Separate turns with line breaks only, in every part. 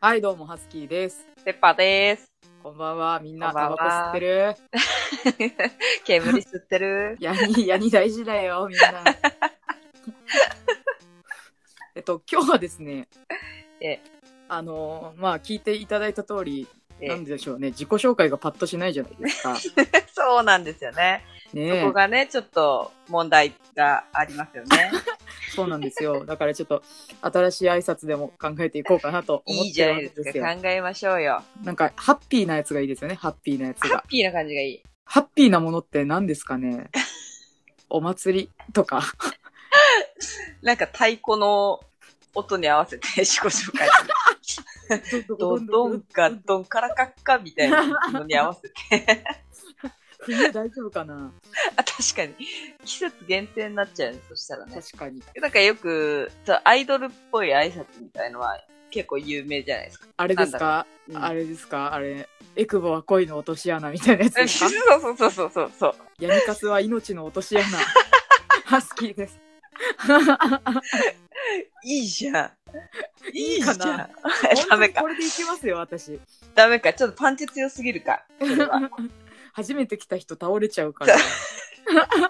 はい、どうも、ハスキーです。
ペッパ ーです。
こんばんは、みんな、
こんば
タ
ん
バ
は
コ吸ってる
煙吸ってる。
ヤニ、ヤニ大事だよ、みんな。 えっと、今日はですね、
え
あのー、まあ、聞いていただいた通り、
え
なんでしょうね、自己紹介がパッとしないじゃないですか。
そうなんですよね。そ
ね
こがね、ちょっと問題がありますよね。
そうなんですよ。だからちょっと、新しい挨拶でも考えていこうかなと 思
い
っ
いじ
て
ゃ
る
な
わ
い
け
です
ですよ。
か。考えましょうよ。
なんか、ハッピーなやつがいいですよね、ハッピーなやつ
ハ
が
ッ。ピーな感じがいい。
ハッピーなものって何ですかねお祭りとか。
なんか太鼓の音に合わせて 自己紹介する。ドンドンガドンカラカッカみたいなのに合わせて。
冬大丈夫かな
あ確かに。季節限定になっちゃうね。そしたらね。
確かに。
なんかよく、そうアイドルっぽい挨拶みたいのは結構有名じゃないですか。
あれですか、
うん
あれですかあれ。エクボは恋の落とし穴みたいなやつです
そう
か
そうそうそうそうそう。
ヤニカスは命の落とし 穴。ハスキーです。
いいじゃん。
い
い
い
い
か
じゃん
な。
ダメ
本当に
か
こ。れでいけますよ、 私。
ダメか。ちょっとパンチ強すぎるか。そ れは
初めて来た人倒れちゃうから。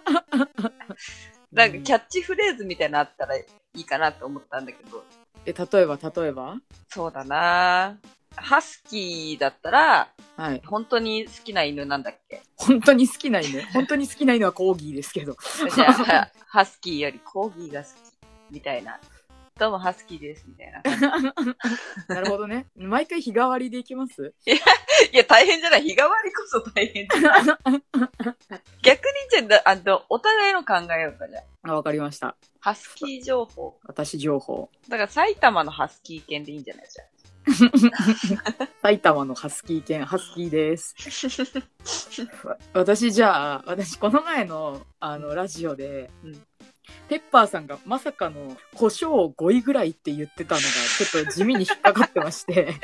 なんかキャッチフレーズみたいなのあったらいいかなと思ったんだけど。
え例えば例えば
そうだなハスキーだったら、
はい
本当に好きな犬なんだっ け
本当に好きな 犬本当に好きな犬はコーギーですけど
じゃあ、ハスキーよりコーギーが好き。みたいな。どうもハスキーです。みたいな。 い
なるほどね毎回日替わりでいき ます
や、大変じゃない。日替わりこそ大変じゃない。逆にじゃあだあの、お互いの考えようかじゃあ
あわかりました
ハスキー情報。
私情報
だから埼玉のハスキー犬でいいんじゃないじゃん。
埼玉のハスキー犬ハスキーですわ私じゃあ私この前のあのラジオで、
うん
ペッパーさんがまさかの胡椒を5位ぐらいって言ってたのがちょっと地味に引っかかってまして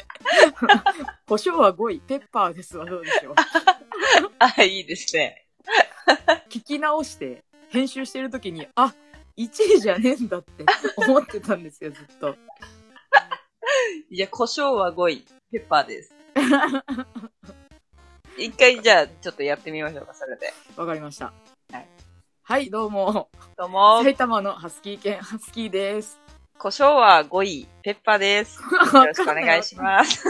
胡椒は5位ペッパーですはどうでしょう
あ、いいですね。
聞き直して編集してる時にあ1位じゃねえんだって思ってたんですよずっと
じゃあ、胡椒は5位。ペッパーです。一回、じゃあ、ちょっとやってみましょうか、それで。
わかりました
はい、
はいどうも
どうも、
埼玉のハスキー犬ハスキーです
胡椒は5位。ペッパーです。よろしくお願いし ます。
す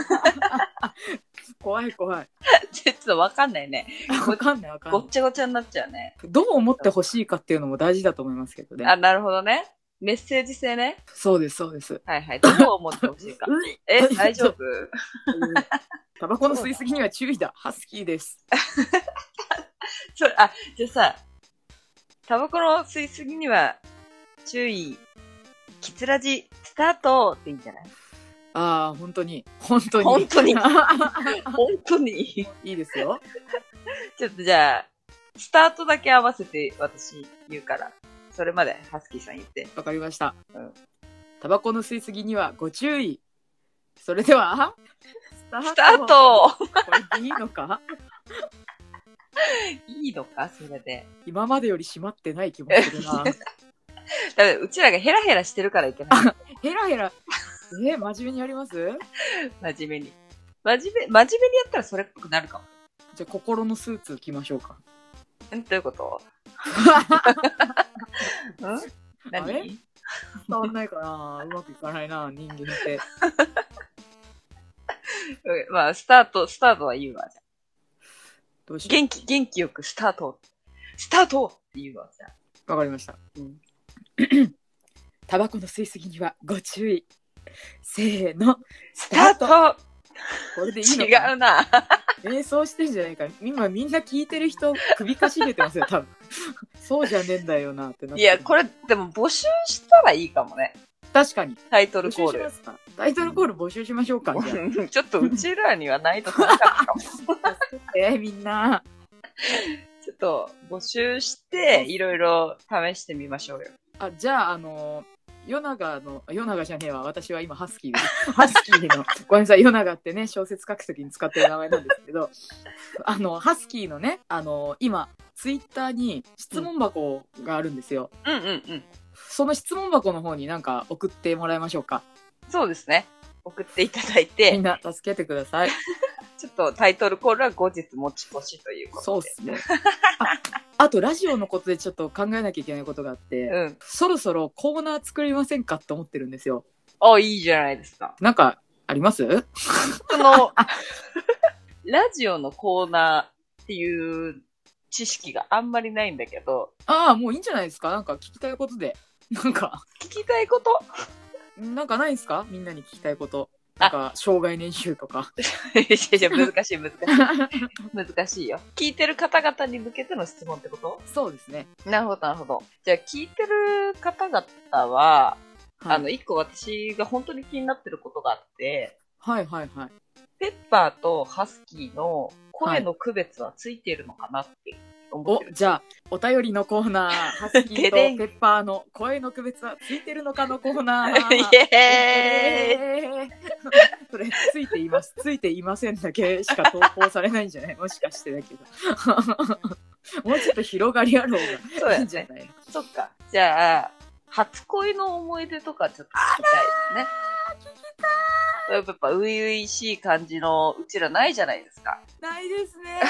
怖い怖い
ちょっとわかんないね。
わかんないわかん
ご
ない
っちゃごちゃになっちゃうね。
どう思ってほしいかっていうのも大事だと思いますけどね
あ、なるほどね。メッセージ性ね。
そうですそうです
はいはい。どう思ってほしいか。 え、大丈夫
タバコの吸い過ぎには注意だハスキーです
それ、あ、じゃあさ、タバコの吸いすぎには注意。キツラジ、スタートっていいんじゃない
ああ本当に本当に
本当に
い
本当に
いですよ
ちょっとじゃあ、スタートだけ合わせて私言うから。それまで、ハスキーさん言って。
わかりました
うん。
タバコの吸い過ぎにはご注意。それでは、スター
スタート
これでいいのか
いいのかそれで。
今までより閉まってない気もする な。
だってうちらがヘラヘラしてるからいけない。
ヘラヘラ。えー、真面目にやります
真面目に。真面目、真面目にやったらそれっぽくなるかも。
じゃあ心のスーツ着ましょうか。
んどういうこと ん
あれ
何
伝わんないかなうまくいかないな人間って。
うんまあ、スタート、スタートは言うわ。
どうしよ
元気、元気よくスタート。スタートって言うわ、じゃあ
う。わかりました。 タバコの吸い過ぎにはご注意。せーの、ス
ス
ター
タ
ト
ート
これでいいのかな
違うな。
瞑想してんじゃないか今みんな聞いてる人首かしげてますよ多分 そうじゃねえんだよなってなって
いや、これ、でも募集したらいいかもね。
確かに
タイト
募
ルコ
集
ー
しま
ル。
すかタイトルコール募集しましょうかじゃ
ちょっとうちらにはないとなかったかも。
あえーみんな
ちょっと募集して、いろいろ試してみましょうよ。
あじゃああの夜長の夜長じゃねえわ私は今ハス キーですハスキーのごめんなさい夜長ってね小説書くときに使ってる名前なんですけどあのハスキーのねあの今ツイッターに質問箱があるんですよ、
うんうんうん。
その質問箱の方になんか送ってもらいましょうか
そうですね。送っていただい
み
て
ん、な助けてください。
ちょっとタイトルコールは後日持ち越しということで。
そうっすね。ああと、ラジオのことでちょっと考えなきゃいけないことがあって、
うん。
そろそろコーナー作りませんかって思ってるんですよ。
あ、いいじゃないですか。
なんか、あります
その、ラジオのコーナーっていう知識があんまりないんだけど、
ああ、もういいんじゃないですかなんか聞きたいことで。なんか、
聞きたいこと
なんかないですかみんなに聞きたいこと。なんか、障害年収とか。
いやいや難しい難しい。難しいよ。聞いてる方々に向けての質問ってこと
そうですね。
なるほど、なるほど。じゃあ、聞いてる方々は、
はい
あの、一個私が本当に気になってることがあって、
はいはいはい。
ペッパーとハスキーの声の区別はついてるのかなって思っ
お
てる。
じゃあお便りのコーナー「ハス キーとペッパーの声の区別はついてるのか?」のコーナー。
イエーイ
えー、 それついていますついていませんだけしか投稿されないんじゃないもしかしてだけど もうちょっと広がりあろう
そう
がい
や
いんじゃ
ね。
ない
そっか。じゃあ、初恋の思い出とかちょっと聞きたいですね。やっぱ、初々しい感じのうちらないじゃないですか。
ないです ね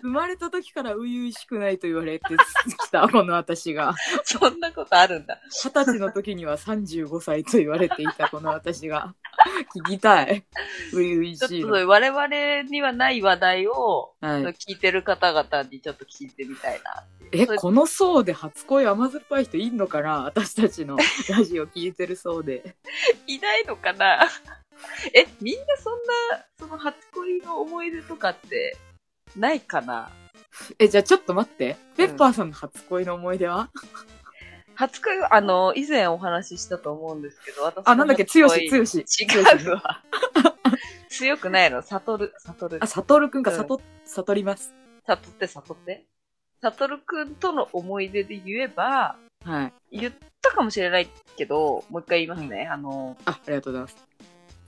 生まれた時から初々しくないと言われて きたこの私が
そんなことあるんだ。
二十歳の時には35歳と言われていたこの私が 聞きたい初々
ちょっと
しいの
我々にはない話題を、
はい、
聞いてる方々にちょっと聞いてみたいな。
え
それ
この層で初恋甘酸っぱい人いんのかな私た ちのラジオ聞いてる層で
いないのかな え、みんなそんな、その初恋の思い出とかって、ないかな
えじゃあちょっと待ってペッパーさんの初恋の思い出は、
初恋は、あの、以前お話ししたと思うんですけど、私
あなんだっけ
の
強
初
し強
恋
し
違うわ。 強くないの悟る、悟る
あ。悟るくんか
うん
悟悟ります
悟って悟って。悟るくんとの思い出で言えば、
はい
言ったかもしれないけど、もう一回言いますね。あの、
あありがとうございます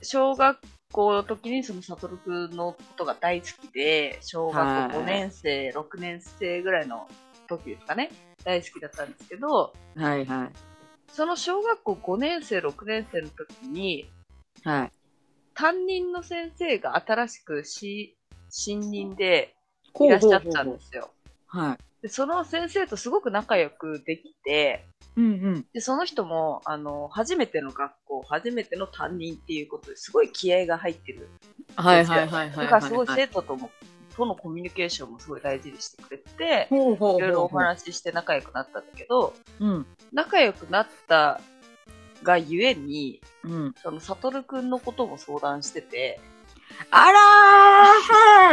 小学校の時にその悟くんのことが大好きで、小学校
はい
5年生、6年生ぐらいの時ですかね、大好きだったんですけど、
はいは
その小学校5年生、6年生の時に、
いはい
担任の先生が新しくし新任で
こ
いらっしゃっ
う
たん
ほう
ですよ。
ほうはい
でその先生とすごく仲良くできて、
うんうん
でその人もあの初めての学校、初めての担任っていうことですごい気合が入ってる
はいはいはいはい
だ
は
か
い
らすごい
はい
生徒とも、とのコミュニケーションもすごい大事にしてくれて、
ほうほうほう
いろいろお話しして仲良くなったんだけど、
うん
仲良くなったがゆえに、
うん
その、サトルくんのことも相談してて、
あら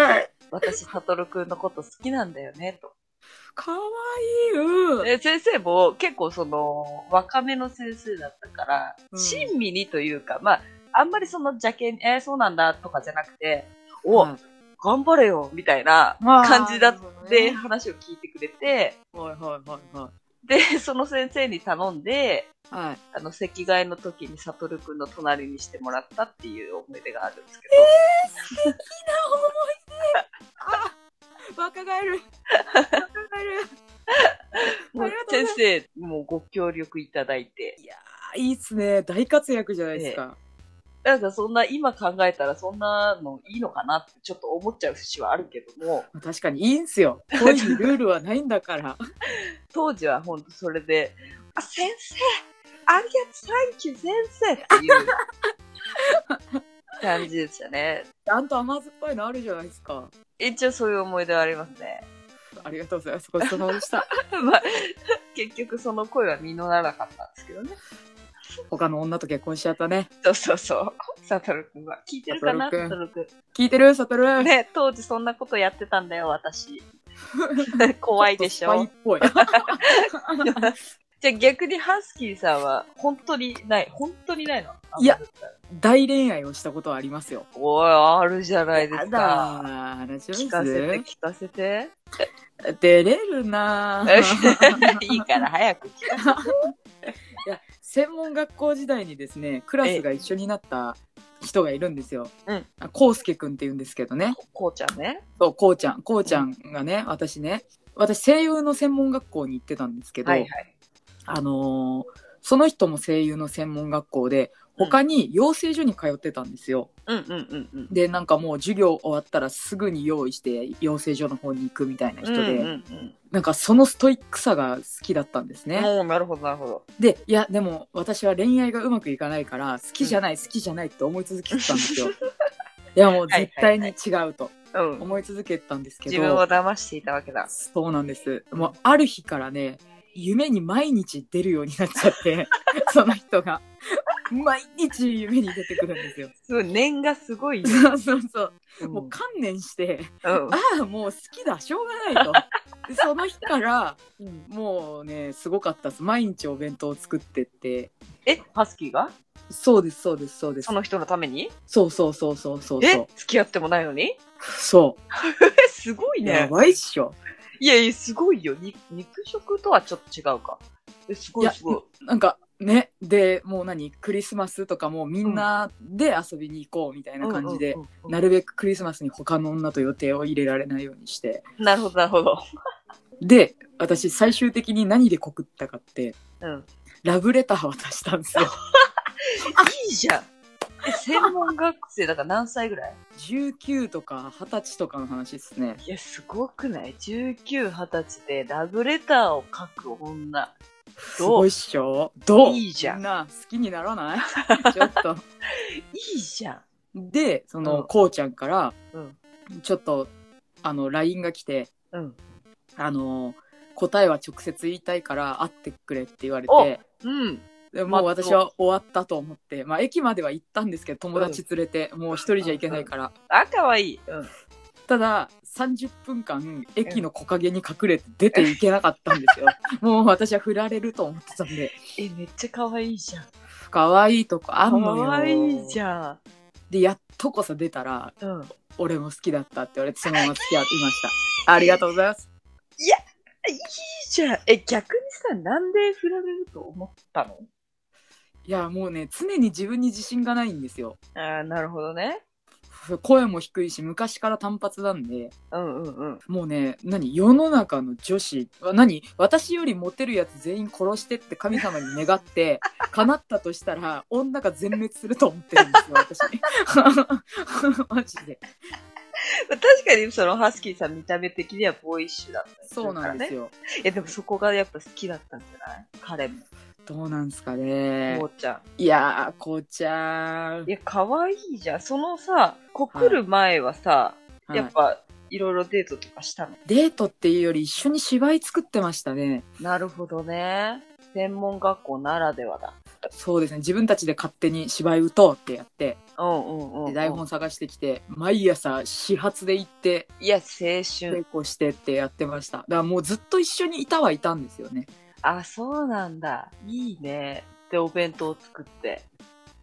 ーはい
私、サトルくんのこと好きなんだよね、と。
かわいいう
で先生も結構その、若めの先生だったから、
うん
親身にというか、まあ、あんまりその邪険に、えーそうなんだとかじゃなくて、お、
はい
頑張れよみたいな
あー
感じだっ
なるほどね
て話を聞いてくれて、
はいはいはいは
で、 その先生に頼んで、
いはい
あの、席替えの時にサトルくんの隣にしてもらったっていう思い出があるんですけ
若返る。若返る。
ど、も
あ
う
りがとうござい
先
ます
生もご協力いただいて、
いやー、いいっすね。大活躍じゃないですか。
なんかそんな今考えたらそんなのいいのかなってちょっと思っちゃう節はあるけども、
確かにいいんすよ。恋にルールはないんだから。
当時は本当それで、あ、先生ありがとう、サンキュー先生っていう感じでしたね。
ちゃんと甘酸っぱいのあるじゃないですか。
一応そういう思い出はあります ね。
ありがとうございます。ごちそうさまでした。
まあ、結局その恋は実らなかったんですけどね。
他の女と結婚しちゃったね。
そうそうそう。サトルくんは。聞いてるかな
サ
サ
ト
トルく
聞いてる悟る。
ね、当時そんなことやってたんだよ、 私。怖いでし
ちょっ
ょ
と。スパイっぽい。
じゃあ逆にハスキーさんは、本当にない。本当にないの
いや。大恋愛をしたことはありますよ。
おい、あるじゃないですか。
だー、話を
聞かせて、聞かせて。
出れる なー。
いいから早く聞かせて。
いや専門学校時代にですねクラスが一緒になった人がいるんですよ。
うん
あこうすけくんって言うんですけどね。
こうちゃんね。
そうこうちゃんこうちゃんがね私ね私声優の専門学校に行ってたんですけど、
はいはい。
あのーその人も声優の専門学校で他に養成所に通ってたんですよ。
うんうんうんうん。
でなんかもう授業終わったらすぐに用意して養成所の方に行くみたいな人で、
うんうん
なんかそのストイックさが好きだったんです
うん、
ね。
もうなるほどなるほど。
でいやでも私は恋愛がうまくいかないから好きじゃない好きじゃないって思い続けてたんですよ。 いやもう絶対に違うと
うん。
思い続けてたんですけ
自
ど、
分を騙していたわけだ。
そうなんです。もうある日からね、夢に毎日出るようになっちゃって、 その人が。毎日夢に出てくるんですよ。
すごい念がすごいね。
そうそうそう。
う ん
もう観念して、
うん
ああ、もう好きだ、しょうがないと。でその日から、もうね、すごかったです。毎日お弁当を作ってって。
え、ハスキーが
そうです、そうです、そうです
そ。の人のために
そうそうそうそうそう
え
そう。
付き合ってもないのに
そ。
え、すごいう
や
ね。
ばいっしょ。
いやいや、すごいよ。に肉食とはちょっと違うか。え、すご
い
い
や
すごい。
なんかね、で、もう何、クリスマスとかもみんなで遊びに行こうみたいな感じで
うんうんうんうん
なるべくクリスマスに他の女と予定を入れられないようにして。
なるほど、なるほど。
で、私最終的に何で告ったかって、
うん。
ラブレター渡したんです よ。
いいじゃん。え専門学生だから何歳ぐらい
19とか20歳とかの話ですね。
いや、すごくない ?19、20歳でラブレターを書く女。
す
ど
ご
う
いっしょどう
いいじゃん
みんな好きになら ないちょっと。
いいじゃん。
で、その、
うん
こうちゃんから、
うん
ちょっと、あの、LINE が来て、
うん。
あの答えは直接言いたいから会ってくれって言われ
お
て
うん。
で
ま
も
あ
う私は終わったと思って、まあ、駅までは行ったんですけど友達連れて、もう一人じゃ行けないから、
あ、かわいい。うん。
ただ30分間駅の木陰に隠れて出て行けなかったんですよもう私は振られると思ってたんで
え、めっちゃかわいいじゃん。
可愛いとこあんのよ
可愛いじゃん。
でやっとこそ出たら
うん。
俺も好きだったって言われてそのまま付き合いましたありがとうございます
いいじゃん。え、逆にさ、なんで振られると思ったの
いやもうね常に自分に自信がないんですよ
ああ、なるほどね。
声も低いし昔から単発なんで
うんうんうん。
もうね何世の中の女子は何私よりモテるやつ全員殺してって神様に願って 叶ったとしたら女が全滅すると思ってるんですよ私 マジで
確かに、その、ハスキーさん見た目的にはボーイッシュだったりる
そうなんです
よ。
よ、
え、でもそこがやっぱ好きだったんじゃない彼も、
どうなんすかね
もうちゃん。
いやーこうちゃん
いや、可愛いじゃん。そのさ、告る前はさ、
はい
やっぱ、いろいろデートとかしたの。
デートっていうより一緒に芝居作ってましたね
なるほどね。専門学校ならではだ。
そうですね自分たちで勝手に芝居打とうってやって
うんうんうん、う
で
ん。
台本探してきて毎朝始発で行って
いや、青
稽
春。
古してってやってましただからもうずっと一緒にいたはいたんですよね
あ、そうなんだ。いいね。で、お弁当を作って。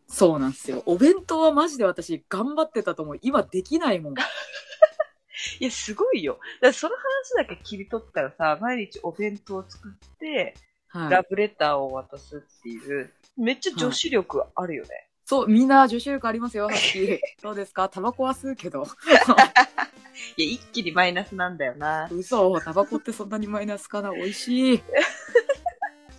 そうなんですよお弁当はマジで私頑張ってたと思う今できないもん
いや、すごいよ。だからその話だけ切り取ったらさ、毎日お弁当を作って、
は
ラ
い、
ブレターを渡すっていう、めっちゃ女子力あるよね。
そうみんな女子力ありますよハッキー どうですかタバコは吸うけど
い、や、一気にマイナスなんだよな。
嘘タバコってそんなにマイナスかな美味しい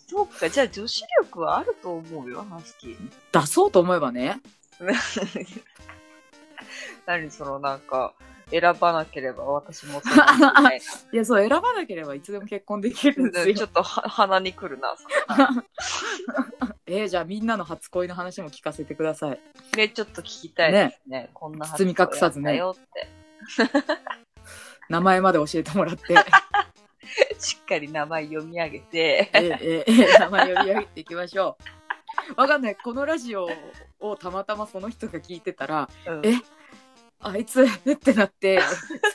そうか、じゃあ女子力はあると思うよ、ハスキー。
出そうと思えばね
何そのなんか、選ばなければ私もそうだみたい
いやそう選ばなければいつでも結婚できるんです
なちょ
よ
っとは鼻にくるな、そんな
えー、じゃあみんなの初恋の話も聞かせてください
ね、ちょっと聞きたいですね。こんな
包み隠さずね
話をやったよって。
名前まで教えてもらって
しっかり名前読み上げて、
ええええ、 名前呼び上げていきましょう。わかんない、このラジオをたまたまその人が聞いてたら、
うん
えあいつってなって、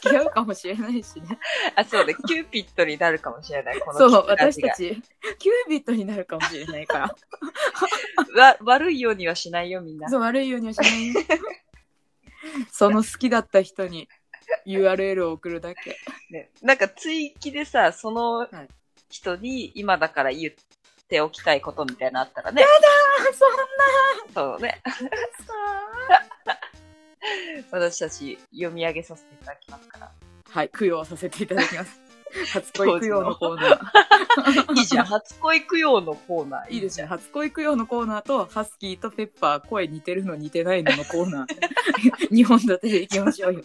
付き合うかもしれないしね。
あ、そうね、キューピッドになるかもしれない、この
そう、
聞き
私
じが
たち、キュービットになるかもしれないか
わ悪いようにはしないよ、みんな
ら。。そう、悪いようにはしないよ。その好きだった人に URL を送るだけ。
ね、なんか追記でさ、その
い
人に今だから言っておきたいことみたいなのあったらね。
あ、そ
そうね。
う
私たち読み上げさせていただきますから。
はい、供養させていただきます。初恋供養のコーナー。
いいじゃん。初恋供養のコーナー。
いいですね。初恋供養のコーナーと、ハスキーとペッパー、声似てるの似てないののコー ナー。2本立てでいきましょうよ。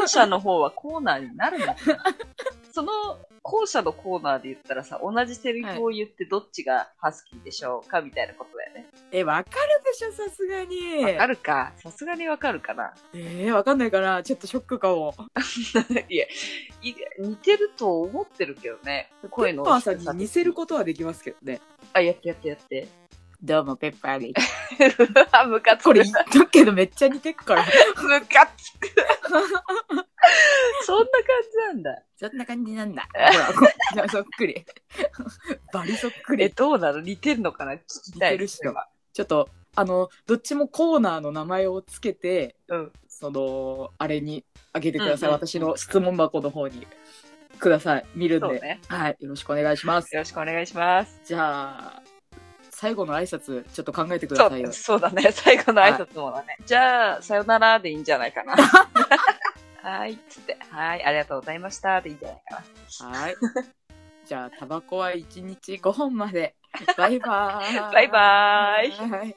後者の方はコーナーになるの かなその後者のコーナーで言ったらさ、同じセリフを言ってどっちがハスキーでしょうかみたいなことだよね。
え、わかるでしょ、さすがに。
わかるか。さすがにわかるかな。
えー、わかんないかな。ちょっとショックかも。
いや、い似てると思ってるけどね。
ペッパーさんに似せることはできますけどね。
あ、やってやってやって。
どうも、ペッパーで
あ、ムカつく。
これ言
ム
っとくけどめっちゃ似てくから。
カつく。 そんな感じなんだ。
そんな感じなんだ。ほら、こじゃあそっくり。バリそっく
え、
り。
どうなの似てるのかな聞きたい。
似てるしか
それは
ちょっと、あの、どっちもコーナーの名前をつけて、
うん。
その、あれにあげてください。
うんうん
私の質問箱の方にください。見るん
そう
で。
ね。
はい、よろしくお願いします。
よろしくお願いします。
じゃあ、最後の挨拶、ちょっと考えてくだ
そ
さいよ
う。そうだね。 最後の挨拶もだね。じゃあ、さよならでいいんじゃないか な。 はい。つって、はい。ありがとうございました。でいいんじゃないかな。
はい。じゃあ、タバコは1日5本まで。バイバーイ。
バイバーイ。
イ。